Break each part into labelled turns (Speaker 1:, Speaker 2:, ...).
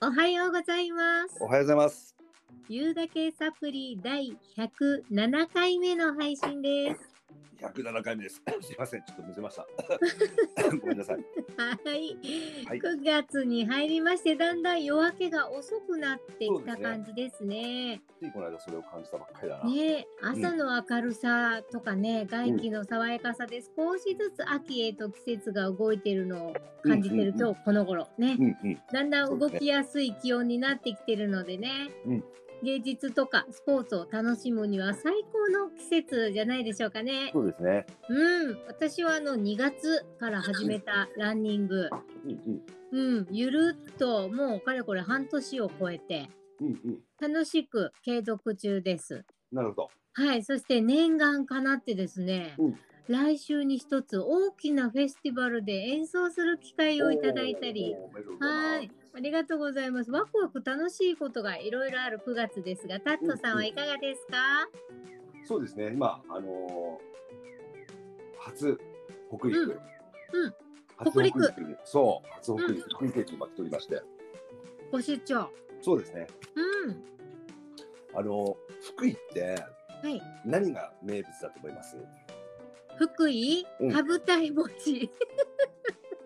Speaker 1: おはようございます
Speaker 2: お。はようございます。
Speaker 1: ゆうだけサプリ第107回目の配信です。
Speaker 2: 107回目です。すいません、ちょっとむせました。ごめんなさい。
Speaker 1: はい。
Speaker 2: はい
Speaker 1: 9月に入りまして、だんだん夜明けが遅くなってきた感じですね。
Speaker 2: ついこの間それを感じたばっかりだな。
Speaker 1: ね朝の明るさとかね、外気の爽やかさで少しずつ秋へと季節が動いてるのを感じてる
Speaker 2: うんうん
Speaker 1: 今日この頃ね。
Speaker 2: うんうん。
Speaker 1: だんだん動きやすい気温になってきてるのでね、
Speaker 2: うん
Speaker 1: 芸術とかスポーツを楽しむには最高の季節じゃないでしょうかね。
Speaker 2: そうですね。
Speaker 1: うん、私はあの2月から始めたランニング、
Speaker 2: うんうん。
Speaker 1: うん、ゆるっともうかれこれ半年を超えて
Speaker 2: うんうん。
Speaker 1: 楽しく継続中です。
Speaker 2: なるほど。
Speaker 1: はい、そして念願かなってですね、
Speaker 2: うん
Speaker 1: 来週に一つ大きなフェスティバルで演奏する機会をいただいたり、
Speaker 2: おー。おめでとうござ
Speaker 1: はい
Speaker 2: ま、
Speaker 1: ありがとうございます。ワクワク楽しいことがいろいろある9月ですが、タットさんはいかがですか？
Speaker 2: すそうですね。今あのー初北陸。
Speaker 1: うんうん
Speaker 2: 初
Speaker 1: 北陸
Speaker 2: そう。初北
Speaker 1: うん
Speaker 2: 陸。福井県に今来ておりまして。
Speaker 1: ご出張。
Speaker 2: そうですね。
Speaker 1: うん。
Speaker 2: あのー福井って
Speaker 1: はい。
Speaker 2: 何が名物だと思います。
Speaker 1: 福井
Speaker 2: うん
Speaker 1: 羽ぶたい餅。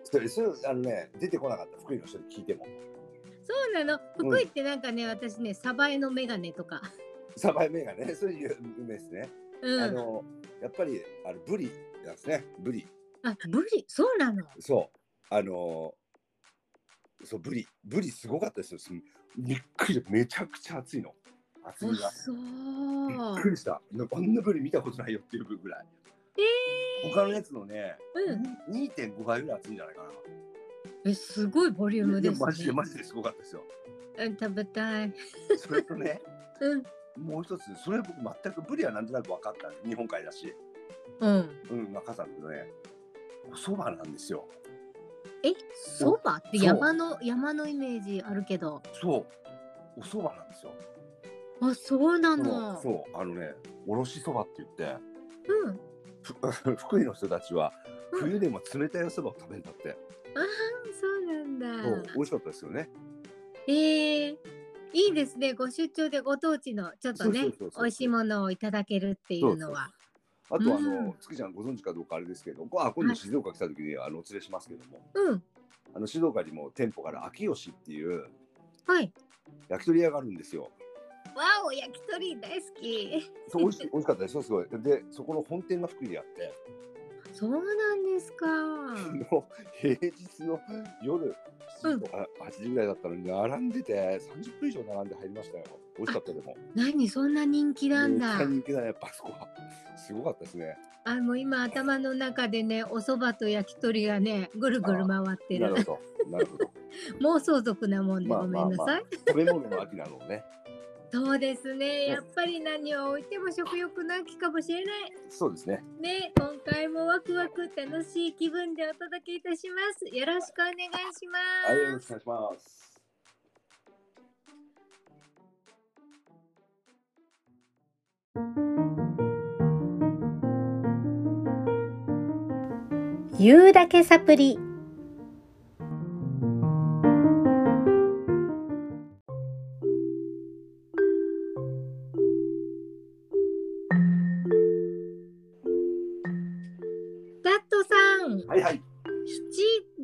Speaker 2: それそれあのね出てこなかった福井の人に聞いても。
Speaker 1: そうなの。福井ってなんかね、私ね、サバエのメガネとか。
Speaker 2: サバイ目がね、そう いう夢ですね。
Speaker 1: う
Speaker 2: あ
Speaker 1: ん。あ
Speaker 2: のやっぱりあのブリなんですねブリ
Speaker 1: ブリ。そうなの。
Speaker 2: そうあのそうブリブリすごかったですよすびっくりしためちゃくちゃ熱いの厚
Speaker 1: お
Speaker 2: みが
Speaker 1: そ
Speaker 2: びっ
Speaker 1: う
Speaker 2: く。りしたなんかあんなブリ見たことないよっていうぐらい
Speaker 1: えー
Speaker 2: 他のやつのね、
Speaker 1: うん。
Speaker 2: に2.5倍ぐらい熱いんじゃないかな
Speaker 1: え、すごいボリューム
Speaker 2: いや
Speaker 1: です
Speaker 2: マジで
Speaker 1: ね。
Speaker 2: マジですごかったですよ
Speaker 1: うん、食べたい。
Speaker 2: それとね
Speaker 1: うん。
Speaker 2: もう一つそれ僕全くブリはなんとなく分かった日本海だし
Speaker 1: うん。
Speaker 2: うん分かったんだけどねお蕎麦なんですよ
Speaker 1: え、そばって
Speaker 2: そう
Speaker 1: 山の山のイメージあるけど。
Speaker 2: そうお蕎麦なんですよ
Speaker 1: あ、そうな
Speaker 2: そう
Speaker 1: の。
Speaker 2: そうあのねおろしそばって言って
Speaker 1: うん。
Speaker 2: ふ 福井の人たちは
Speaker 1: うん
Speaker 2: 冬でも冷たいおそばを食べるんだって、
Speaker 1: そうなん
Speaker 2: そう
Speaker 1: だ。
Speaker 2: 美味しかったですよね
Speaker 1: ええいいですね。ご出張でご当地のちょっとね
Speaker 2: そうそうそう、そう
Speaker 1: 美味しいものをいただけるっていうのは。
Speaker 2: あとあ
Speaker 1: う
Speaker 2: の
Speaker 1: ん
Speaker 2: つきちゃんご存知かどうかあれですけどこあ今
Speaker 1: は
Speaker 2: 度
Speaker 1: い
Speaker 2: 静岡来た時にあのお連れしますけども
Speaker 1: うん。
Speaker 2: あの静岡にも店舗から秋吉っていう
Speaker 1: はい。
Speaker 2: 焼き鳥屋があるんですよ
Speaker 1: わお、焼き鳥大好き。
Speaker 2: そう美味し美味しかったですよすごいでそこの本店が福井にあって
Speaker 1: そうなんですか。
Speaker 2: あの平日の夜7時とか8時ぐらいだったのに並んでて30分以上並んで入りましたよ美味しかったでも
Speaker 1: 何そんな人気なんだ
Speaker 2: めっちゃ。人気だねやっぱあそこはすごかったですね
Speaker 1: あ、もう今頭の中でね、お蕎麦と焼き鳥がね、ぐるぐる回って
Speaker 2: な
Speaker 1: る。
Speaker 2: るほどなるほど
Speaker 1: 妄想族なもんでごめんなさい。
Speaker 2: 食べ物の秋なのね。
Speaker 1: そうですね。やっぱり何を置いても食欲の秋かもしれない。
Speaker 2: そうですね。
Speaker 1: ね、今回もワクワク楽しい気分でお届けいたします。よろしくお願いします。
Speaker 2: はい、よろしくお願いします。
Speaker 1: 言うだけサプリ。ダットさん、7
Speaker 2: はいはい。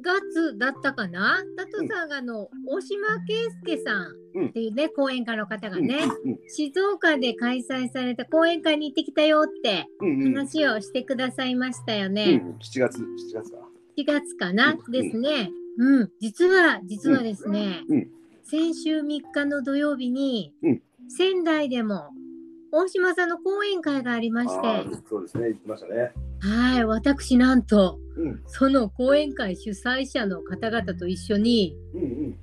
Speaker 1: 月だったかなダットさんがあの、大島圭介さ
Speaker 2: うん
Speaker 1: んっていうね、講演家の方がね、
Speaker 2: うん
Speaker 1: 静岡で開催された講演会に行ってきたよって
Speaker 2: うんうん。
Speaker 1: 話をしてくださいましたよね。
Speaker 2: うん、7月、7月かな。
Speaker 1: 4月かな、
Speaker 2: うん
Speaker 1: ですね。うん、実は、実はですね、
Speaker 2: うんうん
Speaker 1: 先週3日の土曜日に、
Speaker 2: うん
Speaker 1: 仙台でも大島さんの講演会がありまして、
Speaker 2: あーそうですね、言ってましたね。
Speaker 1: はい、私なんと、
Speaker 2: うん
Speaker 1: その講演会主催者の方々と一緒に、
Speaker 2: うんうん。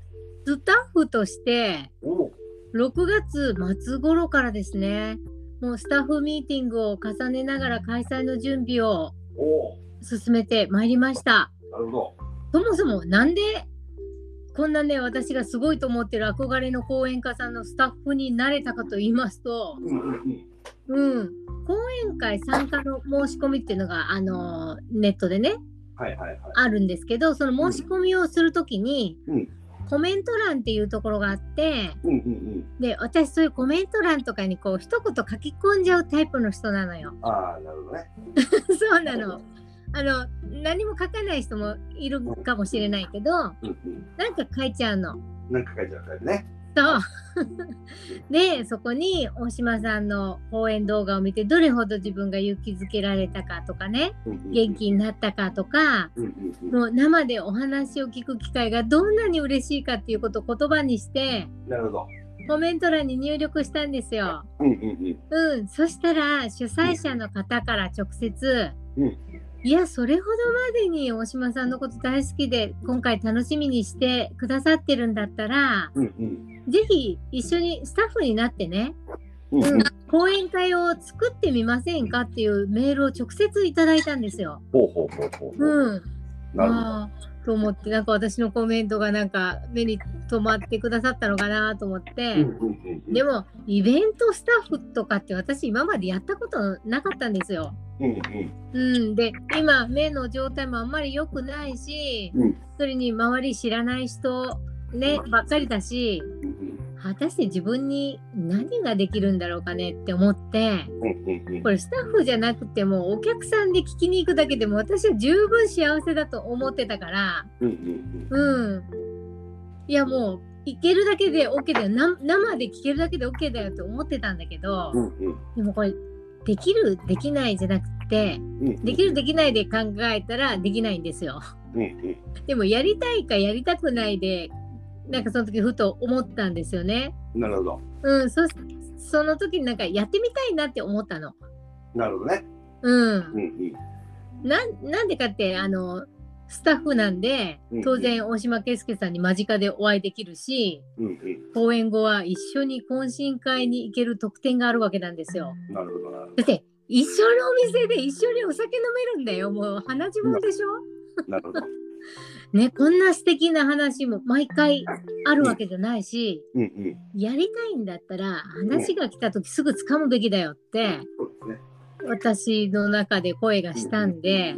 Speaker 1: スタッフとして、
Speaker 2: おお。
Speaker 1: 6月末頃からですね、もうスタッフミーティングを重ねながら開催の準備を
Speaker 2: おお。
Speaker 1: 進めてまいりました。
Speaker 2: なるほ
Speaker 1: そ
Speaker 2: ど。
Speaker 1: もそもなんでこんなね私がすごいと思ってる憧れの講演家さんのスタッフになれたかと言いますと、
Speaker 2: うんうんうん。
Speaker 1: うん、講演会参加の申し込みっていうのが、あのネットでね
Speaker 2: はいはいはい。
Speaker 1: あるんですけどその申し込みをするときに、
Speaker 2: うん
Speaker 1: コメント欄っていうところがあって
Speaker 2: うんうんうん。
Speaker 1: で私そういうコメント欄とかにこう一言書き込んじゃうタイプの人なのよ
Speaker 2: ああ、なるほどね。
Speaker 1: そうな の。あの何も書かない人もいるかもしれないけどなん
Speaker 2: うんうん。
Speaker 1: か書いちゃうの
Speaker 2: なんか書いてあるタイプね。
Speaker 1: そうでそこに大島さんの講演動画を見てどれほど自分が勇気づけられたかとかね
Speaker 2: うんうんうん
Speaker 1: 元。気になったかとか
Speaker 2: うんうんうん。
Speaker 1: もう生でお話を聞く機会がどんなに嬉しいかっていうことを言葉にして
Speaker 2: なるほど。
Speaker 1: コメント欄に入力したんですよ。
Speaker 2: うんうん
Speaker 1: うん、そしたら主催者の方から直接、
Speaker 2: うん
Speaker 1: いやそれほどまでに大島さんのこと大好きで今回楽しみにしてくださってるんだったら
Speaker 2: うん。うんうん。
Speaker 1: ぜひ一緒にスタッフになってね、
Speaker 2: うんうん。
Speaker 1: 講演会を作ってみませんかっていうメールを直接いただいたんですよ。
Speaker 2: ほうほうほうほう。。
Speaker 1: うんん、
Speaker 2: なるほ
Speaker 1: あーと思ってなんか私のコメントがなんか目に留まってくださったのかなと思って。
Speaker 2: ど。うんうんうんうん。
Speaker 1: でもイベントスタッフとかって私今までやったことなかったんですよ。
Speaker 2: うんうん
Speaker 1: うん、で今目の状態もあんまり良くないし
Speaker 2: うん
Speaker 1: それに周り知らない人、ね、ばっかりだし
Speaker 2: うん
Speaker 1: 果たして自分に何ができるんだろうかねって思って
Speaker 2: うんうんうん
Speaker 1: これスタッフじゃなくてもお客さんで聞きに行くだけでも私は十分幸せだと思ってたから
Speaker 2: うんう
Speaker 1: う
Speaker 2: ん
Speaker 1: んいやもう行けるだけで OK だよな生で聞けるだけで OK だよって思ってたんだけど。
Speaker 2: うんうん
Speaker 1: でもこれできるできないじゃなくて
Speaker 2: うん
Speaker 1: できるできないで考えたらできないんですよ。
Speaker 2: うんうん
Speaker 1: でもやりたいかやりたくないでなんかその時ふと思ったんですよね。
Speaker 2: なるほど
Speaker 1: うん、そその時になんかやってみたいなって思ったの。
Speaker 2: なるほどね
Speaker 1: うん
Speaker 2: う、んうん
Speaker 1: なんなんでかってあのスタッフなんで
Speaker 2: うん
Speaker 1: 当然大島圭介さんに間近でお会いできるし
Speaker 2: うんう
Speaker 1: 講演後は一緒に懇親会に行ける特典があるわけなんですよ。
Speaker 2: んなるほどなる
Speaker 1: だって一緒のお店で一緒にお酒飲めるんだよもう鼻血もんでしょ
Speaker 2: ほどなるほど
Speaker 1: ねこんな素敵な話も毎回あるわけじゃないし
Speaker 2: うんうん
Speaker 1: やりたいんだったら話が来た時すぐ掴むべきだよって
Speaker 2: そうですね
Speaker 1: 私の中で声がしたんで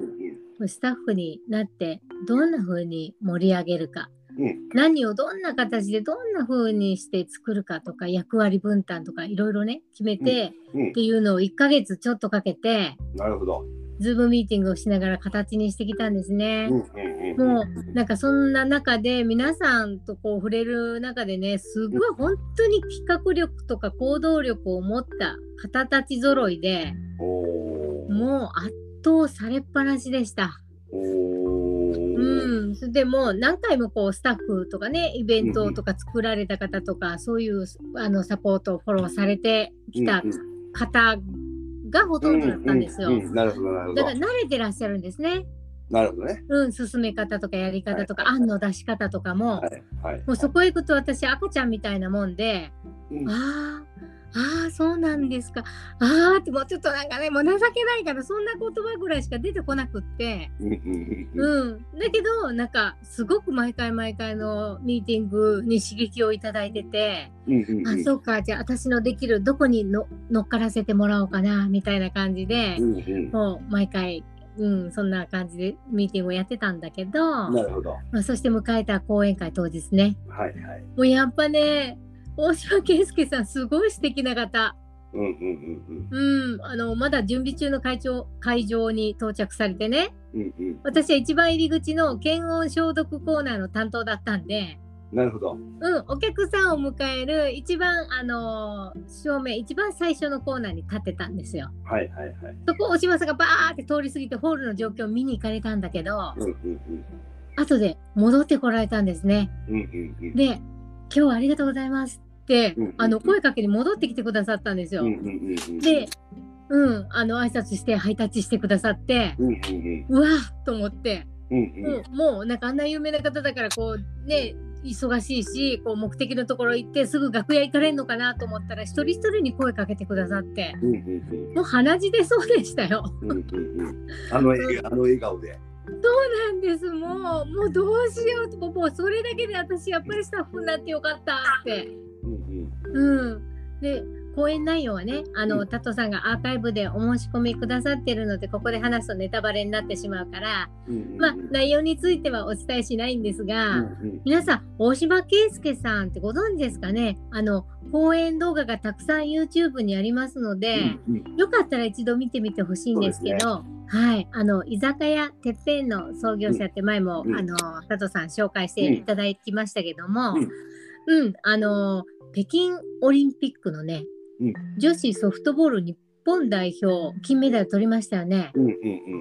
Speaker 2: うん
Speaker 1: スタッフになってどんな風に盛り上げるか
Speaker 2: うん
Speaker 1: 何をどんな形でどんな風にして作るかとか役割分担とかいろいろね決めて
Speaker 2: うんうん
Speaker 1: っていうのを1ヶ月ちょっとかけて
Speaker 2: なるほど
Speaker 1: ズームミーティングをしながら形にしてきたんです
Speaker 2: う
Speaker 1: ね
Speaker 2: ん。うんうん
Speaker 1: もうなんかそんな中で皆さんとこう触れる中でねすごい本当に企画力とか行動力を持った方たち揃いで
Speaker 2: おー
Speaker 1: もう圧倒されっぱなしでした。
Speaker 2: おー
Speaker 1: うん、それでもう何回もこうスタッフとかねイベントとか作られた方とかそういうあのサポートをフォローされてきた
Speaker 2: うん
Speaker 1: 方がほとんどだったんですよ
Speaker 2: う。うなるほどなるほ
Speaker 1: だ
Speaker 2: ど
Speaker 1: から慣れてらっしゃるんですね。
Speaker 2: なるほどね
Speaker 1: うん、進め方とかやり方とか、
Speaker 2: はい
Speaker 1: 案の出し方とかも、
Speaker 2: はいはい
Speaker 1: もうそこへ行くと私赤ちゃんみたいなもんで、
Speaker 2: うん
Speaker 1: あーあーそうなんですかああってもうちょっとなんかねもう情けないからそんな言葉ぐらいしか出てこなくって、
Speaker 2: うんうんうん
Speaker 1: うんだけどなんかすごく毎回毎回のミーティングに刺激をいただいてて、
Speaker 2: うんうんうん
Speaker 1: あそうかじゃあ私のできるどこにの乗っからせてもらおうかなみたいな感じで、
Speaker 2: うんうん
Speaker 1: もう毎回、うん、そんな感じでミーティングをやってたんだけど。
Speaker 2: なるほどは
Speaker 1: まあ、そして迎えた講演会当日ね
Speaker 2: いはい
Speaker 1: もうやっぱね大島圭介さんすごい素敵な方
Speaker 2: うんうんうん
Speaker 1: うんあのまだ準備中の会長会場に到着されてね
Speaker 2: うんうんうん
Speaker 1: 私は一番入り口の検温消毒コーナーの担当だったんで
Speaker 2: なるほど
Speaker 1: うんお客さんを迎える一番あの正面一番最初のコーナーに立ってたんですよ
Speaker 2: はいはいはい
Speaker 1: そこ大島さんがバーって通り過ぎてホールの状況を見に行かれたんだけど
Speaker 2: うんうん
Speaker 1: 後で戻ってこられたんですね
Speaker 2: うんうんうんうん
Speaker 1: で「今日はありがとうございます」って、
Speaker 2: うんうんうん
Speaker 1: あの声かけに戻ってきてくださったんですよ。
Speaker 2: うんうんうんうん
Speaker 1: で、うん、あの挨拶してハイタッチしてくださって、
Speaker 2: うんうん
Speaker 1: うわーと思って、
Speaker 2: うんうん
Speaker 1: もうもうなんかあんな有名な方だからこうね忙しいしこう目的のところ行ってすぐ楽屋行かれるのかなと思ったら一人一人に声かけてくださって
Speaker 2: うんうんうん
Speaker 1: もう鼻血出そうでしたよ。
Speaker 2: うんうんうんあの笑あの笑顔で
Speaker 1: そうなんですもうもうどうしようともうそれだけで私やっぱりスタッフになってよかったって。
Speaker 2: うん
Speaker 1: うん、で講演内容はね、あの、
Speaker 2: う
Speaker 1: タトさんがアーカイブでお申し込みくださってるので、ここで話すとネタバレになってしまうから、まあ、内容についてはお伝えしないんですが、皆さん、大島圭介さんってご存知ですかねあの、講演動画がたくさん YouTube にありますので、よかったら一度見てみてほしいんですけど、はい、あの居酒屋てっぺんの創業者って前も、
Speaker 2: うん
Speaker 1: あの佐藤さん紹介していただきましたけども、
Speaker 2: う
Speaker 1: うんん、あの北京オリンピックのね、
Speaker 2: うん
Speaker 1: 女子ソフトボール日本代表金メダル取りましたよね。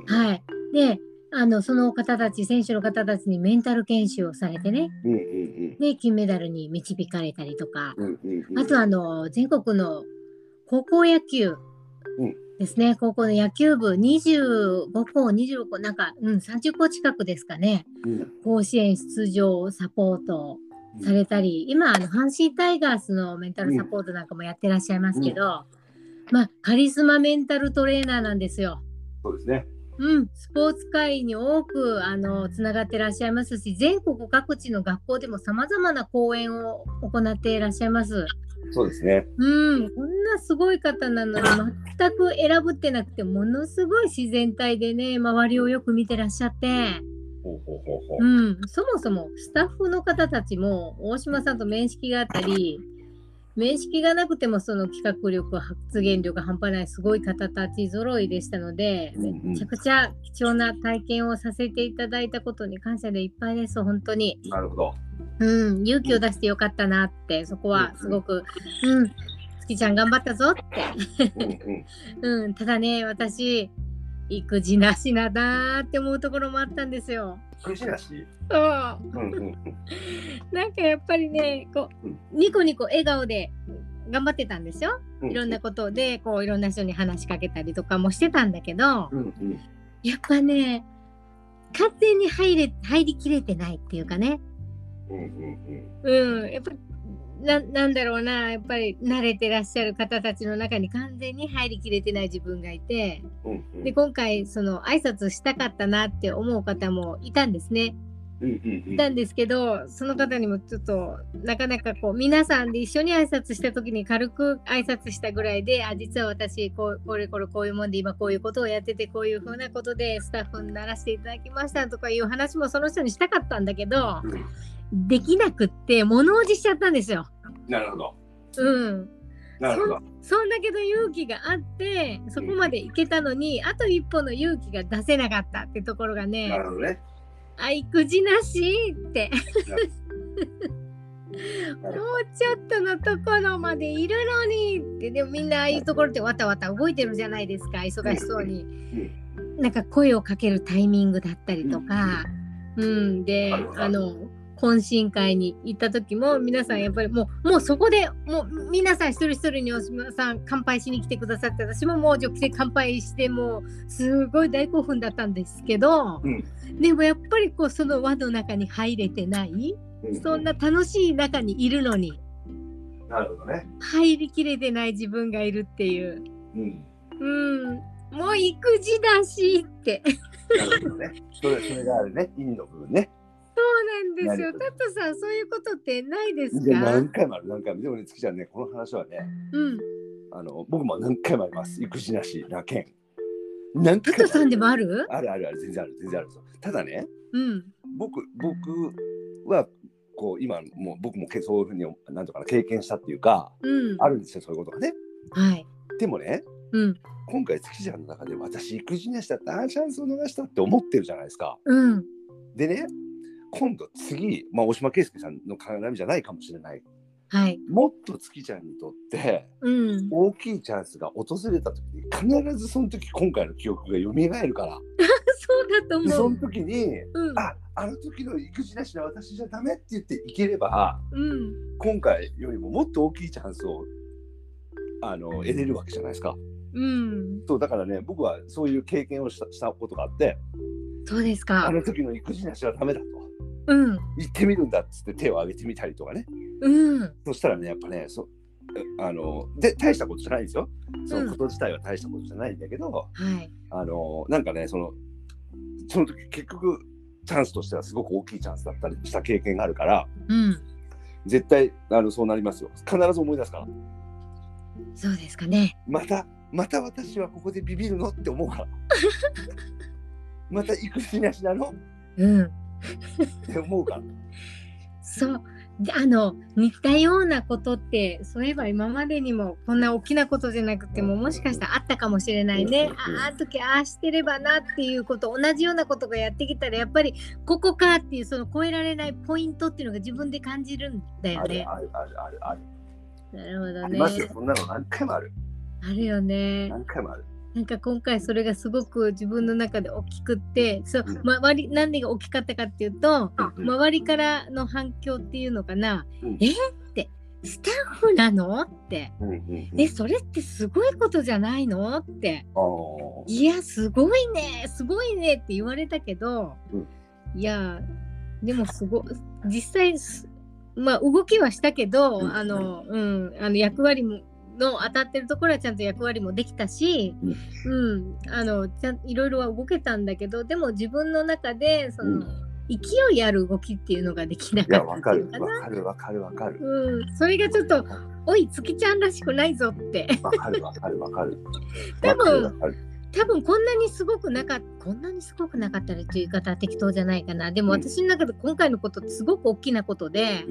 Speaker 1: はい。で、あのその方たち選手の方たちにメンタル研修をされてね、で金メダルに導かれたりとか、あとあの全国の高校野球
Speaker 2: うん
Speaker 1: ですね、高校の野球部25校、26校、なんか、うん、30校近くですかね、甲子園出場をサポートされたり、今あの、阪神タイガースのメンタルサポートなんかもやってらっしゃいますけど、まあ、カリスマメンタルトレーナーなんですよ。
Speaker 2: そうですね。
Speaker 1: うん、スポーツ界に多くあのつながってらっしゃいますし全国各地の学校でもさまざまな講演を行っていらっしゃいます。
Speaker 2: そうですね。
Speaker 1: うん、こんなすごい方なのに全く選ぶってなくてものすごい自然体でね周りをよく見てらっしゃって、
Speaker 2: ほうほうほうほう
Speaker 1: う。ん、そもそもスタッフの方たちも大島さんと面識があったり面識がなくてもその企画力発言力が半端ないすごい方たち揃いでしたので
Speaker 2: うんうん
Speaker 1: めちゃくちゃ貴重な体験をさせていただいたことに感謝でいっぱいです本当に。
Speaker 2: なるほど。
Speaker 1: うん、勇気を出してよかったなって、そこはすごく、うん、月ちゃん頑張ったぞって、
Speaker 2: うんうん
Speaker 1: うん、ただね、私、育児なしなだーって思うところもあったんですよ。
Speaker 2: 苦しいらしい。
Speaker 1: そう
Speaker 2: うんうん
Speaker 1: なんかやっぱりね、こう、ニコニコ笑顔で頑張ってたんですよ。
Speaker 2: うん。
Speaker 1: いろんな。ことで、こう、いろんな人に話しかけたりとかもしてたんだけど、
Speaker 2: うんうん。
Speaker 1: やっぱね、完全に入れ、入りきれてないっていうかね、
Speaker 2: うんうん
Speaker 1: うん、やっぱりななんだろうなやっぱり慣れてらっしゃる方たちの中に完全に入りきれてない自分がいて
Speaker 2: うん。うんうん。
Speaker 1: で今回その挨拶したかったなって思う方もいたんですね
Speaker 2: うんうんうん。
Speaker 1: いたんですけどその方にもちょっとなかなかこう皆さんで一緒に挨拶した時に軽く挨拶したぐらいであ実は私こうこれこれこういうもんで今こういうことをやっててこういうふうなことでスタッフにならせていただきましたとかいう話もその人にしたかったんだけど
Speaker 2: うん
Speaker 1: できなくって物おじしちゃったんですよ。
Speaker 2: なるほど。
Speaker 1: うん、
Speaker 2: なるほど。
Speaker 1: そんだけの勇気があってそこまでいけたのに、あと一歩の勇気が出せなかったってところが
Speaker 2: な
Speaker 1: ね
Speaker 2: るほどね。
Speaker 1: あ育児なしって
Speaker 2: な
Speaker 1: もう
Speaker 2: る
Speaker 1: ちょっとのところまでいるのにってでもみんなああいうところってわたわた動いてるじゃないですか忙しそうに、なんか声をかけるタイミングだったりとか、うん、で
Speaker 2: あるある
Speaker 1: あの懇親会に行った時も皆さんやっぱりもうもうそこでもう皆さん一人一人に大島さん乾杯しに来てくださって私ももう直接乾杯してもうすごい大興奮だったんですけど、
Speaker 2: うん
Speaker 1: でもやっぱりこうその輪の中に入れてない、
Speaker 2: ほど
Speaker 1: そんな。楽しい中にいるのに
Speaker 2: なるほどね。
Speaker 1: 入りきれてない自分がいるっていう、
Speaker 2: うん。
Speaker 1: うん、もう育児だしって。
Speaker 2: なるほどね。それ、それがあるね。インの部分ね。
Speaker 1: そうなんですよ。
Speaker 2: な
Speaker 1: タトさん、そういうことってないです
Speaker 2: で
Speaker 1: か。
Speaker 2: 何回もある、何回も。でもね、月ちゃんね、この話はね、
Speaker 1: うん。
Speaker 2: あの僕も何回もあります。育児なし、なけん。何
Speaker 1: タ
Speaker 2: 回
Speaker 1: トさんでもあ
Speaker 2: る
Speaker 1: る。
Speaker 2: あるあるある、全然ある、全然あるぞ。ただね、
Speaker 1: うん。
Speaker 2: 僕僕はこう今もう僕もけそういうふうになんとかな経験したっていうか、
Speaker 1: うん。
Speaker 2: あるんですよ、そういうことがね。
Speaker 1: はい。
Speaker 2: でもね、
Speaker 1: うん。
Speaker 2: 今回月ちゃんの中で私、育児なしだった、あーチャンスを逃したって思ってるじゃないですか。
Speaker 1: うん。
Speaker 2: でね、今度次、まあ、大島圭介さんの絡みじゃないかもしれない。
Speaker 1: はい。
Speaker 2: もっと月ちゃんにとって、
Speaker 1: うん。
Speaker 2: 大きいチャンスが訪れた時に必ずその時今回の記憶が蘇るから
Speaker 1: そうだと
Speaker 2: で
Speaker 1: 思
Speaker 2: そうの。時に
Speaker 1: うん。
Speaker 2: ああの時の育児なしの私じゃダメって言っていければ
Speaker 1: うん。
Speaker 2: 今回よりももっと大きいチャンスをあの得れるわけじゃないですか
Speaker 1: うん。
Speaker 2: そうだからね僕はそういう経験をしたしたことがあって
Speaker 1: そうです
Speaker 2: あ
Speaker 1: か。
Speaker 2: の時の育児なしはダメだと
Speaker 1: うん。
Speaker 2: 言ってみるんだっつって手を挙げてみたりとかね
Speaker 1: うん。
Speaker 2: そしたらねやっぱねそあので大したことじゃないんですよそのこと自体は大したことじゃないんだけど、
Speaker 1: はい。
Speaker 2: あのなんかねそのその時結局チャンスとしてはすごく大きいチャンスだったりした経験があるから
Speaker 1: うん。
Speaker 2: 絶対あのそうなりますよ必ず思い出すから
Speaker 1: そうですかね。
Speaker 2: またまた私はここでビビるのって思うからまた行くしなしなのっ
Speaker 1: うん。
Speaker 2: て思うから
Speaker 1: そう。であの似たようなことってそういえば今までにもこんな大きなことじゃなくてももしかしたらあったかもしれないね
Speaker 2: うんうんうん
Speaker 1: ああの時ああしてればなっていうこと同じようなことがやってきたらやっぱりここかっていうその超えられないポイントっていうのが自分で感じるんだよ
Speaker 2: ある
Speaker 1: ね。
Speaker 2: あるあるあるある
Speaker 1: なるほ
Speaker 2: あ
Speaker 1: ど
Speaker 2: り
Speaker 1: ね。
Speaker 2: ますよこんなの何回もある
Speaker 1: あるよね。
Speaker 2: 何回もある
Speaker 1: なんか今回それがすごく自分の中で大きくってそう、
Speaker 2: うん
Speaker 1: ま、周り何が大きかったかっていうと、
Speaker 2: うんうん
Speaker 1: 周りからの反響っていうのかな、
Speaker 2: うん
Speaker 1: えってスタッフなのって
Speaker 2: うんうんうん
Speaker 1: えそれってすごいことじゃないのって
Speaker 2: あー
Speaker 1: いやすごいねすごいねって言われたけど、
Speaker 2: うん
Speaker 1: いやでもすご実際すまあ動きはしたけど、
Speaker 2: うん
Speaker 1: あのうんあの役割もの当たってるところはちゃんと役割もできたし、うん、あのちゃんいろいろは動けたんだけどでも自分の中でその、
Speaker 2: うん
Speaker 1: 勢いある動きっていうのができないか
Speaker 2: や
Speaker 1: っ
Speaker 2: わ
Speaker 1: た
Speaker 2: か
Speaker 1: ってい
Speaker 2: る
Speaker 1: うかな
Speaker 2: わかるわかるわかる
Speaker 1: うん、それがちょっと「おい月ちゃんらしくないぞ」って
Speaker 2: わかるわかるわかる
Speaker 1: 多分
Speaker 2: わかるわかる
Speaker 1: 多分こんなにすごくなかったこんなにすごくなかったらという言い方は適当じゃないかなでも
Speaker 2: うん
Speaker 1: 私の中で今回のことってすごく大きなことで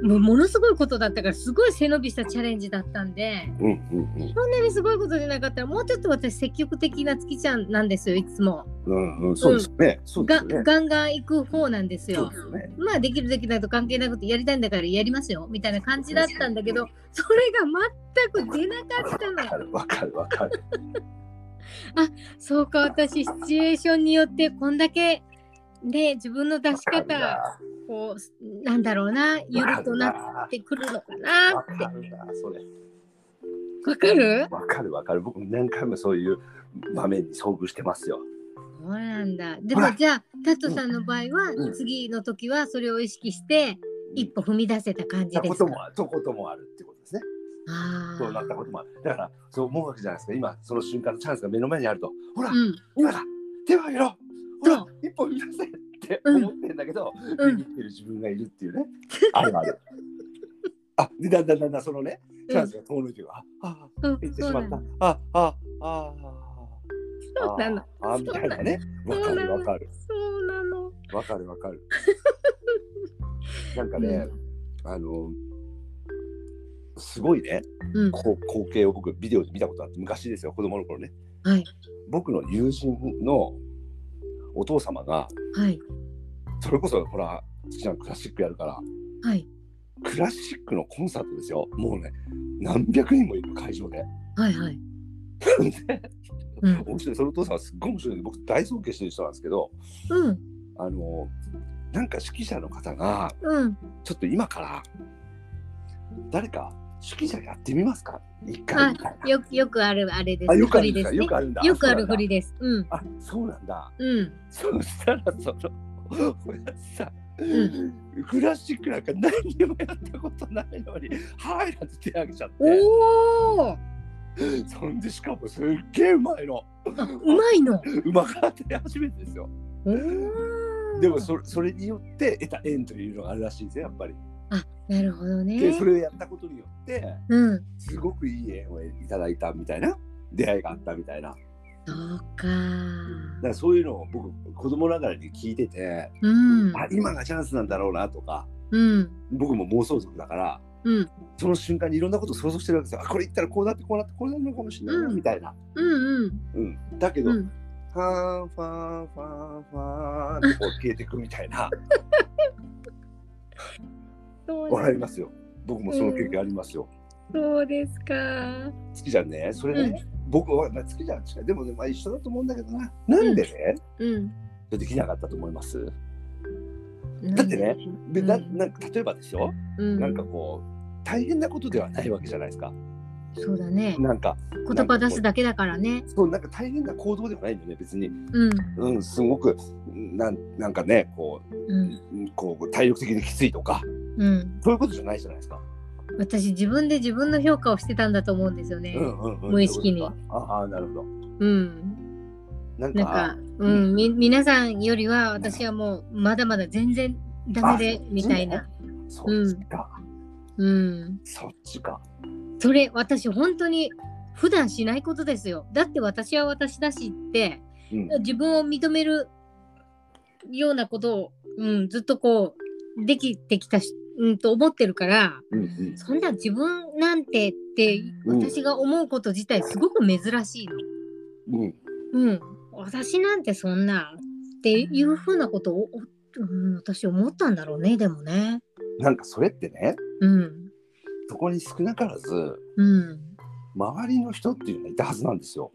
Speaker 2: う、ん
Speaker 1: もうものすごいことだったからすごい背伸びしたチャレンジだったんで
Speaker 2: うんうんうんうん
Speaker 1: こんなにすごいことじゃなかったらもうちょっと私積極的な月ちゃんなんですよいつも
Speaker 2: うんうんうんそうですよねそうです
Speaker 1: が
Speaker 2: よね
Speaker 1: ガンガン行く方なんです
Speaker 2: そう
Speaker 1: よ
Speaker 2: ですよね
Speaker 1: まあできるできないと関係なくてやりたいんだからやりますよみたいな感じだったんだけどそれが全く出なかったの
Speaker 2: わかるわかるわかる
Speaker 1: そうか私シチュエーションによってこんだけね自分の出し
Speaker 2: わかる
Speaker 1: 方
Speaker 2: な
Speaker 1: こうなんだろうなゆるとなっ
Speaker 2: わ
Speaker 1: てくるのかな
Speaker 2: かるなわかるなそれ
Speaker 1: わかる
Speaker 2: わかるわかる僕も何回もそういう場面に遭遇してますよ
Speaker 1: そうなんだで
Speaker 2: ほ
Speaker 1: も
Speaker 2: ら
Speaker 1: じゃあタトさんの場合
Speaker 2: う
Speaker 1: は
Speaker 2: ん
Speaker 1: 次の時はそれを意識して一歩踏み出せた感じ
Speaker 2: な
Speaker 1: で
Speaker 2: こ
Speaker 1: す
Speaker 2: と
Speaker 1: か
Speaker 2: もあるとこともあるってことですね
Speaker 1: あ
Speaker 2: そうなった
Speaker 1: ー
Speaker 2: こともあるだからそう思うわけじゃないですか今その瞬間のチャンスが目の前にあるとほら、
Speaker 1: うん
Speaker 2: 今だ手を挙げろほ
Speaker 1: そ
Speaker 2: ら
Speaker 1: う
Speaker 2: 一歩見なさいって思ってんだけど、
Speaker 1: うん
Speaker 2: 見てる自分がいるっていうねある あるあでだんだんだんだんそのねチャンスが遠のいてる、ああ
Speaker 1: うん
Speaker 2: 行って
Speaker 1: そ
Speaker 2: し
Speaker 1: う
Speaker 2: ま
Speaker 1: な
Speaker 2: っ
Speaker 1: の
Speaker 2: た。あ、あ、あ、あ。
Speaker 1: そうなの
Speaker 2: あ、あみたいなね。わかるわかる。
Speaker 1: そうなの
Speaker 2: わかるわか る。なんかね、あの。すごいね、
Speaker 1: うん
Speaker 2: こう光景を僕ビデオで見たことあって、昔ですよ、子供の頃ね。
Speaker 1: はい
Speaker 2: 僕の友人の。お父様が、
Speaker 1: はい
Speaker 2: それこそ、ほら、好きなクラシックやるから。
Speaker 1: はい
Speaker 2: クラシックのコンサートですよ。もうね、何百人もいる会場で。
Speaker 1: はいはい
Speaker 2: で
Speaker 1: うん
Speaker 2: 面白い、そのお父さんはすっごい面白いんで、僕大尊敬してる人なんですけど。
Speaker 1: うん
Speaker 2: あのなんか指揮者の方が
Speaker 1: うん
Speaker 2: ちょっと今から誰か指揮者やってみますか一
Speaker 1: は
Speaker 2: 回みたいな
Speaker 1: よくよくあるあれです
Speaker 2: あよくあるん
Speaker 1: 振り
Speaker 2: です
Speaker 1: ですね
Speaker 2: かよくあるんだ
Speaker 1: よくある振
Speaker 2: そうなんだ
Speaker 1: りですうん
Speaker 2: あそうなんだ
Speaker 1: うん
Speaker 2: そしたらその親父さん
Speaker 1: ん
Speaker 2: クラシックなんか何にもやったことないのに「はい」なんて手挙げちゃって
Speaker 1: おお
Speaker 2: そんでしかもすっげえうまいの
Speaker 1: あうまいの。
Speaker 2: うまかった初めてですよでもそれそれによって得た縁というのがあるらしいですよやっぱり
Speaker 1: なるほど
Speaker 2: で
Speaker 1: ね
Speaker 2: そ。れをやったことによって
Speaker 1: うん。
Speaker 2: すごくいい縁をいただいたみたいな出会いがあったみたいなだか
Speaker 1: そうか。
Speaker 2: らそういうのを僕子供ながらに聞いてて、
Speaker 1: うん。
Speaker 2: あ今がチャンスなんだろうなとか
Speaker 1: うん。
Speaker 2: 僕も妄想族だから
Speaker 1: うん。
Speaker 2: その瞬間にいろんなことを想像してるわけですよあこれ言ったらこうなってこうなってこうなるのかもしれないな、
Speaker 1: うん
Speaker 2: みたいな、
Speaker 1: うん。うん。
Speaker 2: うん、だけど、
Speaker 1: うん。
Speaker 2: ファンファンファンファンってこう消えていくみたい な笑いますよ僕もその経験ありますよ、
Speaker 1: そうですか。
Speaker 2: 月ちゃんねそれね、僕は、まあ、月ちゃん違うでもね、まあ、一緒だと思うんだけどななんでね、
Speaker 1: うん。
Speaker 2: できなかったと思いますだってね。で
Speaker 1: うん
Speaker 2: ななんか例えばですよ、
Speaker 1: うん。
Speaker 2: なんかこう大変なことではないわけじゃないですか。
Speaker 1: そうだね。
Speaker 2: なんか
Speaker 1: 言葉出すだけだからね。
Speaker 2: そうなんか大変な行動ではないんだよね別に、
Speaker 1: うん。
Speaker 2: うん、すごくなんなんかねこう,う
Speaker 1: うん。
Speaker 2: ん、こう体力的にきついとか
Speaker 1: うん。
Speaker 2: そういうことじゃないじゃないですか。
Speaker 1: 私自分で自分の評価をしてたんだと思うんですよね
Speaker 2: う。んうんうん、
Speaker 1: 無意識に
Speaker 2: そういうことかああなるほど。
Speaker 1: うん。
Speaker 2: なんか
Speaker 1: なんか、うん、み皆さんよりは私はもうまだまだ全然ダメでみたいな。
Speaker 2: そっちか、
Speaker 1: うん、
Speaker 2: そっちか。
Speaker 1: それ私本当に普段しないことですよだって私は私だしって
Speaker 2: うん
Speaker 1: 自分を認めるようなことを、うん、ずっとこうできてきたし、うん、と思ってるから
Speaker 2: うんうん
Speaker 1: そんな自分なんてって
Speaker 2: うん
Speaker 1: 私が思うこと自体すごく珍しいの。
Speaker 2: うん
Speaker 1: うん、私なんてそんなっていうふうなことを、おうん、私思ったんだろうねでもね。
Speaker 2: なんかそれってね
Speaker 1: うん
Speaker 2: そこに少なからず
Speaker 1: うん、
Speaker 2: 周りの人っていうのがいたはずなんですよ。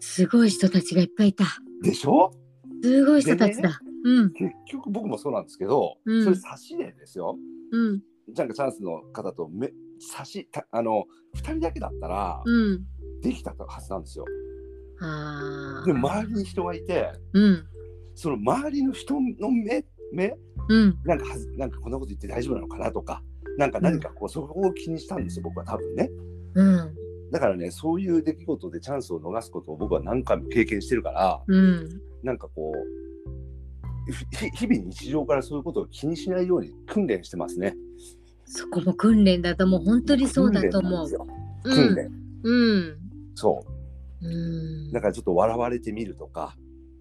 Speaker 1: すごい人たちがいっぱいいた。
Speaker 2: でしょ
Speaker 1: すごい人たち
Speaker 2: で
Speaker 1: だ。うん
Speaker 2: 結局僕もそうなんですけど、
Speaker 1: うん
Speaker 2: それ差しでですよ。
Speaker 1: うん
Speaker 2: なんかチャンスの方とめ差したあの2人だけだったら
Speaker 1: うん。
Speaker 2: できたはずなんですよ。
Speaker 1: ああ。
Speaker 2: で周りに人がいて
Speaker 1: うん
Speaker 2: その周りの人の目目
Speaker 1: うん
Speaker 2: なんかはずなんかこんなこと言って大丈夫なのかなとかなんか何かこう、そこを気にしたんですよ僕は多分ね。
Speaker 1: うん
Speaker 2: だからねそういう出来事でチャンスを逃すことを僕は何回も経験してるから
Speaker 1: うん。
Speaker 2: なんかこうひ日々日常からそういうことを気にしないように訓練してますね。
Speaker 1: そこも訓練だともう本当にそうだと思う。
Speaker 2: 訓練なんですよ訓
Speaker 1: う
Speaker 2: 練、
Speaker 1: ん。
Speaker 2: そう
Speaker 1: うん。
Speaker 2: だからちょっと笑われてみるとか、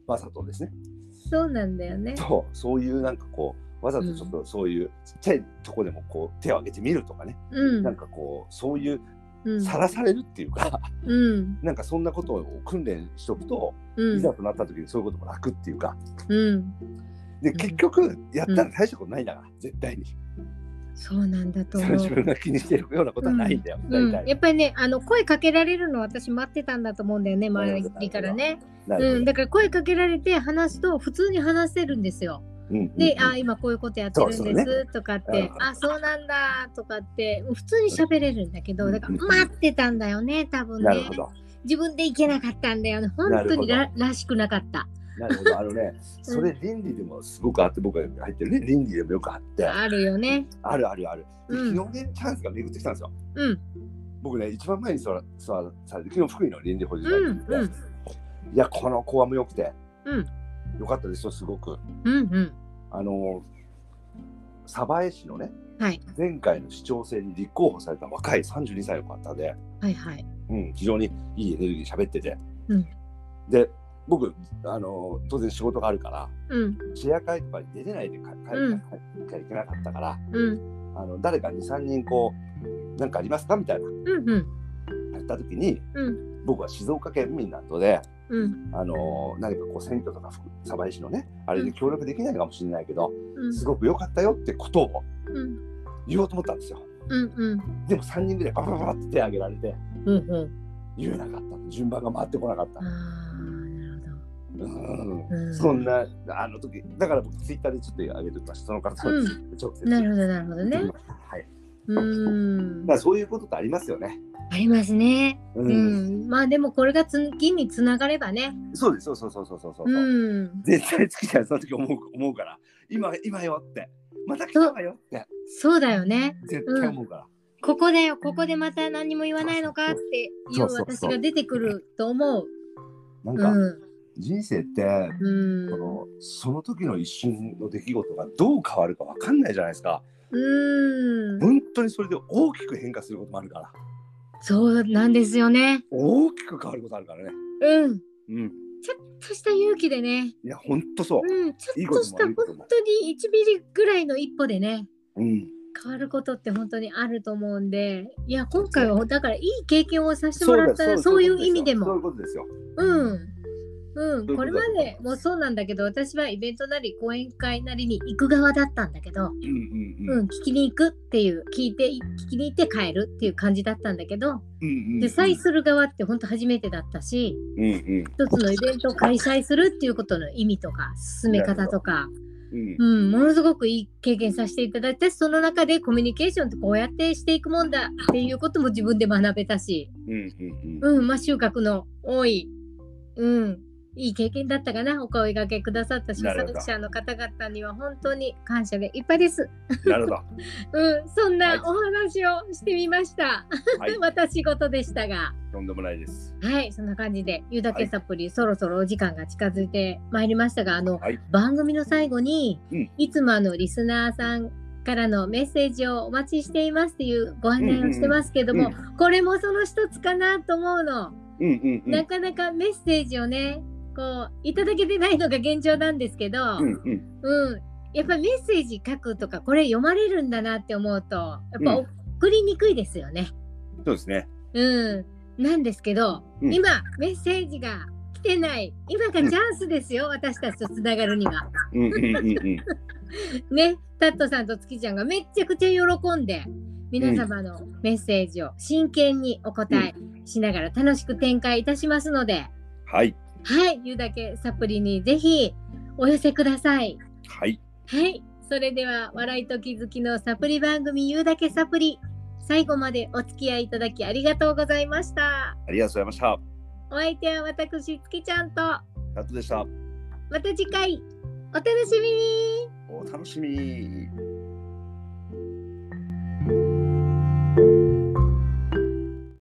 Speaker 2: わざとですね。
Speaker 1: そうなんだよね。
Speaker 2: そう、そういうなんかこう、わざとちょっとそういうちっちゃいとこでもこう手を挙げてみるとかね、
Speaker 1: うん。
Speaker 2: なんかこう、そういう
Speaker 1: うん。
Speaker 2: さらされるっていうか、
Speaker 1: うん。
Speaker 2: なんかそんなことを訓練しとくと、
Speaker 1: う
Speaker 2: い
Speaker 1: ん
Speaker 2: ざ。となった時にそういうことも楽っていうか、
Speaker 1: うん。う
Speaker 2: で、
Speaker 1: ん
Speaker 2: 結局やったら大したことないんだから、絶対に。
Speaker 1: そうなんだと
Speaker 2: その
Speaker 1: 思
Speaker 2: 自
Speaker 1: う。
Speaker 2: 分が気にしてるようなことはないんだよ、
Speaker 1: うん、
Speaker 2: 大
Speaker 1: や
Speaker 2: 体。
Speaker 1: っぱりねあの声かけられるの私待ってたんだと思うんだよね
Speaker 2: なるほど
Speaker 1: 周りからね、
Speaker 2: なるほど
Speaker 1: うん、だから声かけられて話すと普通に話せるんですよ。
Speaker 2: うんうんうん
Speaker 1: で「あ今こういうことやってるん
Speaker 2: そうそ
Speaker 1: で
Speaker 2: うね
Speaker 1: す」とかって「
Speaker 2: うん
Speaker 1: あそうなんだ」とかって普通に喋れるんだけどだから
Speaker 2: うんうん
Speaker 1: 待ってたんだよね多分
Speaker 2: なる
Speaker 1: ね
Speaker 2: ほど。
Speaker 1: 自分で行けなかったんだよね本当に
Speaker 2: な
Speaker 1: ららしくなかった
Speaker 2: なるほど。あの ね、それ倫理でもすごくあって、僕が入ってるね、倫理でもよくあって。
Speaker 1: あるよね
Speaker 2: あるあるある。で
Speaker 1: うん
Speaker 2: 昨日ね、チャンスが巡ってきたんですよ。
Speaker 1: うん
Speaker 2: 僕ね、一番前に座ら座らされて、昨日福井の臨時保持者
Speaker 1: う
Speaker 2: に
Speaker 1: ん
Speaker 2: 行
Speaker 1: う
Speaker 2: っ
Speaker 1: ん
Speaker 2: て、いや、この子はも良くて、
Speaker 1: うん
Speaker 2: 良かったですよ、すごく。
Speaker 1: うんうん
Speaker 2: あのー、鯖江市のね、
Speaker 1: はい
Speaker 2: 前回の市長選に立候補された若い32歳の方で、
Speaker 1: はいはい
Speaker 2: うん、非常にいいエネルギーで喋ってて。
Speaker 1: うん
Speaker 2: で、僕、あのー当然仕事があるから、
Speaker 1: うん
Speaker 2: シェア会とかに出てないで帰帰帰
Speaker 1: うん
Speaker 2: 帰帰いけなかったから、
Speaker 1: うん
Speaker 2: あの誰か2、3人こう、なんかありますかみたいな。
Speaker 1: うんうん
Speaker 2: やった時に
Speaker 1: うん
Speaker 2: 僕は静岡県民などで、
Speaker 1: うん
Speaker 2: あのー何かこう選挙とか福鯖江市のねあれで協力できないかもしれないけど、
Speaker 1: うん
Speaker 2: すごく良かったよってことを
Speaker 1: うん
Speaker 2: 言おうと思ったんですよ
Speaker 1: うんうん
Speaker 2: でも3人ぐらいババババって手挙げられて
Speaker 1: うんうん
Speaker 2: 言えなかった順番が回ってこなかった
Speaker 1: あ、ーなるほど
Speaker 2: うん
Speaker 1: うん
Speaker 2: そんなあの時だから僕ツイッターでちょっと上げておきましたその方
Speaker 1: う
Speaker 2: に
Speaker 1: ん
Speaker 2: 直接、
Speaker 1: なるほどなるほどね
Speaker 2: 言ってきましたはい、
Speaker 1: うーん
Speaker 2: だからそういうことってありますよね
Speaker 1: ありますね
Speaker 2: う
Speaker 1: うん、まあでもこれが次につながればね
Speaker 2: そうですそうそうそうそうそうそう、
Speaker 1: うん
Speaker 2: 絶対好きじゃんその時思う思うから今今よってまた来たわよって
Speaker 1: そうだよね
Speaker 2: 絶対思うから、
Speaker 1: ここだよここでまた何も言わないのかっていう
Speaker 2: そうそうそう
Speaker 1: 私が出てくると思うう
Speaker 2: なんか
Speaker 1: ん
Speaker 2: 人生って、
Speaker 1: うん
Speaker 2: このその時の一瞬の出来事がどう変わるか分かんないじゃないですか
Speaker 1: うん
Speaker 2: 本当にそれで大きく変化することもあるから
Speaker 1: そうなんですよね
Speaker 2: 大きく変わることあるからね
Speaker 1: うん
Speaker 2: うん
Speaker 1: ちょっとした勇気でね
Speaker 2: いや本当そう、
Speaker 1: うんち
Speaker 2: いい
Speaker 1: ょっ
Speaker 2: ことと
Speaker 1: し
Speaker 2: も
Speaker 1: た
Speaker 2: 悪
Speaker 1: 本
Speaker 2: いことも
Speaker 1: 当に1ミリぐらいの一歩でね
Speaker 2: うん、
Speaker 1: 変わることって本当にあると思うんでいや今回はだからいい経験をさせてもらった
Speaker 2: だ
Speaker 1: らそういう意味でも
Speaker 2: そういうことですよ
Speaker 1: うん。うん、
Speaker 2: そういうことだ
Speaker 1: これまでもそうなんだけど私はイベントなり講演会なりに行く側だったんだけど、
Speaker 2: そういうことです
Speaker 1: う
Speaker 2: よ
Speaker 1: ん、聞きに行くっていう聞いて聞きに行って帰るっていう感じだったんだけど
Speaker 2: うんうんうん
Speaker 1: 主催する側って本当初めてだったし
Speaker 2: うんうん
Speaker 1: 一つのイベントを開催するっていうことの意味とか進め方とか、
Speaker 2: うん
Speaker 1: うん、ものすごくいい経験させていただいてその中でコミュニケーションってこうやってしていくもんだっていうことも自分で学べたし。
Speaker 2: うんうんうん
Speaker 1: うん、まあ収穫の多い、うん、いい経験だったかな。お声掛けくださった主
Speaker 2: なるほ
Speaker 1: 催
Speaker 2: ど
Speaker 1: 者の方々には本当に感謝でいっぱいです。
Speaker 2: なるほどは
Speaker 1: うん、そん
Speaker 2: はい
Speaker 1: なお話をしてみ ました。
Speaker 2: い
Speaker 1: 私事でしたが。
Speaker 2: とんでもないです
Speaker 1: はい、そんな感じで、ゆうだけサプリ、そろそろお時間が近づいてまいりましたが、あの、
Speaker 2: はい
Speaker 1: 番組の最後に、
Speaker 2: うん
Speaker 1: いつもあのリスナーさんからのメッセージをお待ちしていますというご案内をしてますけども、
Speaker 2: うん
Speaker 1: これもその一つかなと思うの、
Speaker 2: うんうんうん
Speaker 1: なかなかメッセージをねこういただけてないのが現状なんですけど、
Speaker 2: うんうん
Speaker 1: うん、やっぱりメッセージ書くとかこれ読まれるんだなって思うとやっぱ
Speaker 2: うん
Speaker 1: 送りにくいですよね。
Speaker 2: そうですね。
Speaker 1: うん、なんですけど、
Speaker 2: うん
Speaker 1: 今メッセージが来てない今がチャンスですよ、私たちとつながるには。
Speaker 2: うんうんうんうん。
Speaker 1: ねタットさんと月ちゃんがめっちゃくちゃ喜んで皆様のメッセージを真剣にお答えしながら楽しく展開いたしますので、
Speaker 2: はい
Speaker 1: はい、言うだけサプリにぜひお寄せください。
Speaker 2: はい
Speaker 1: はい、それでは笑いと気づきのサプリ番組言うだけサプリ最後までお付き合いいただきありがとうございました。
Speaker 2: ありがとうございました。
Speaker 1: お相手は私月ちゃんと
Speaker 2: タットでした。
Speaker 1: また次回お楽しみに
Speaker 2: お楽しみに。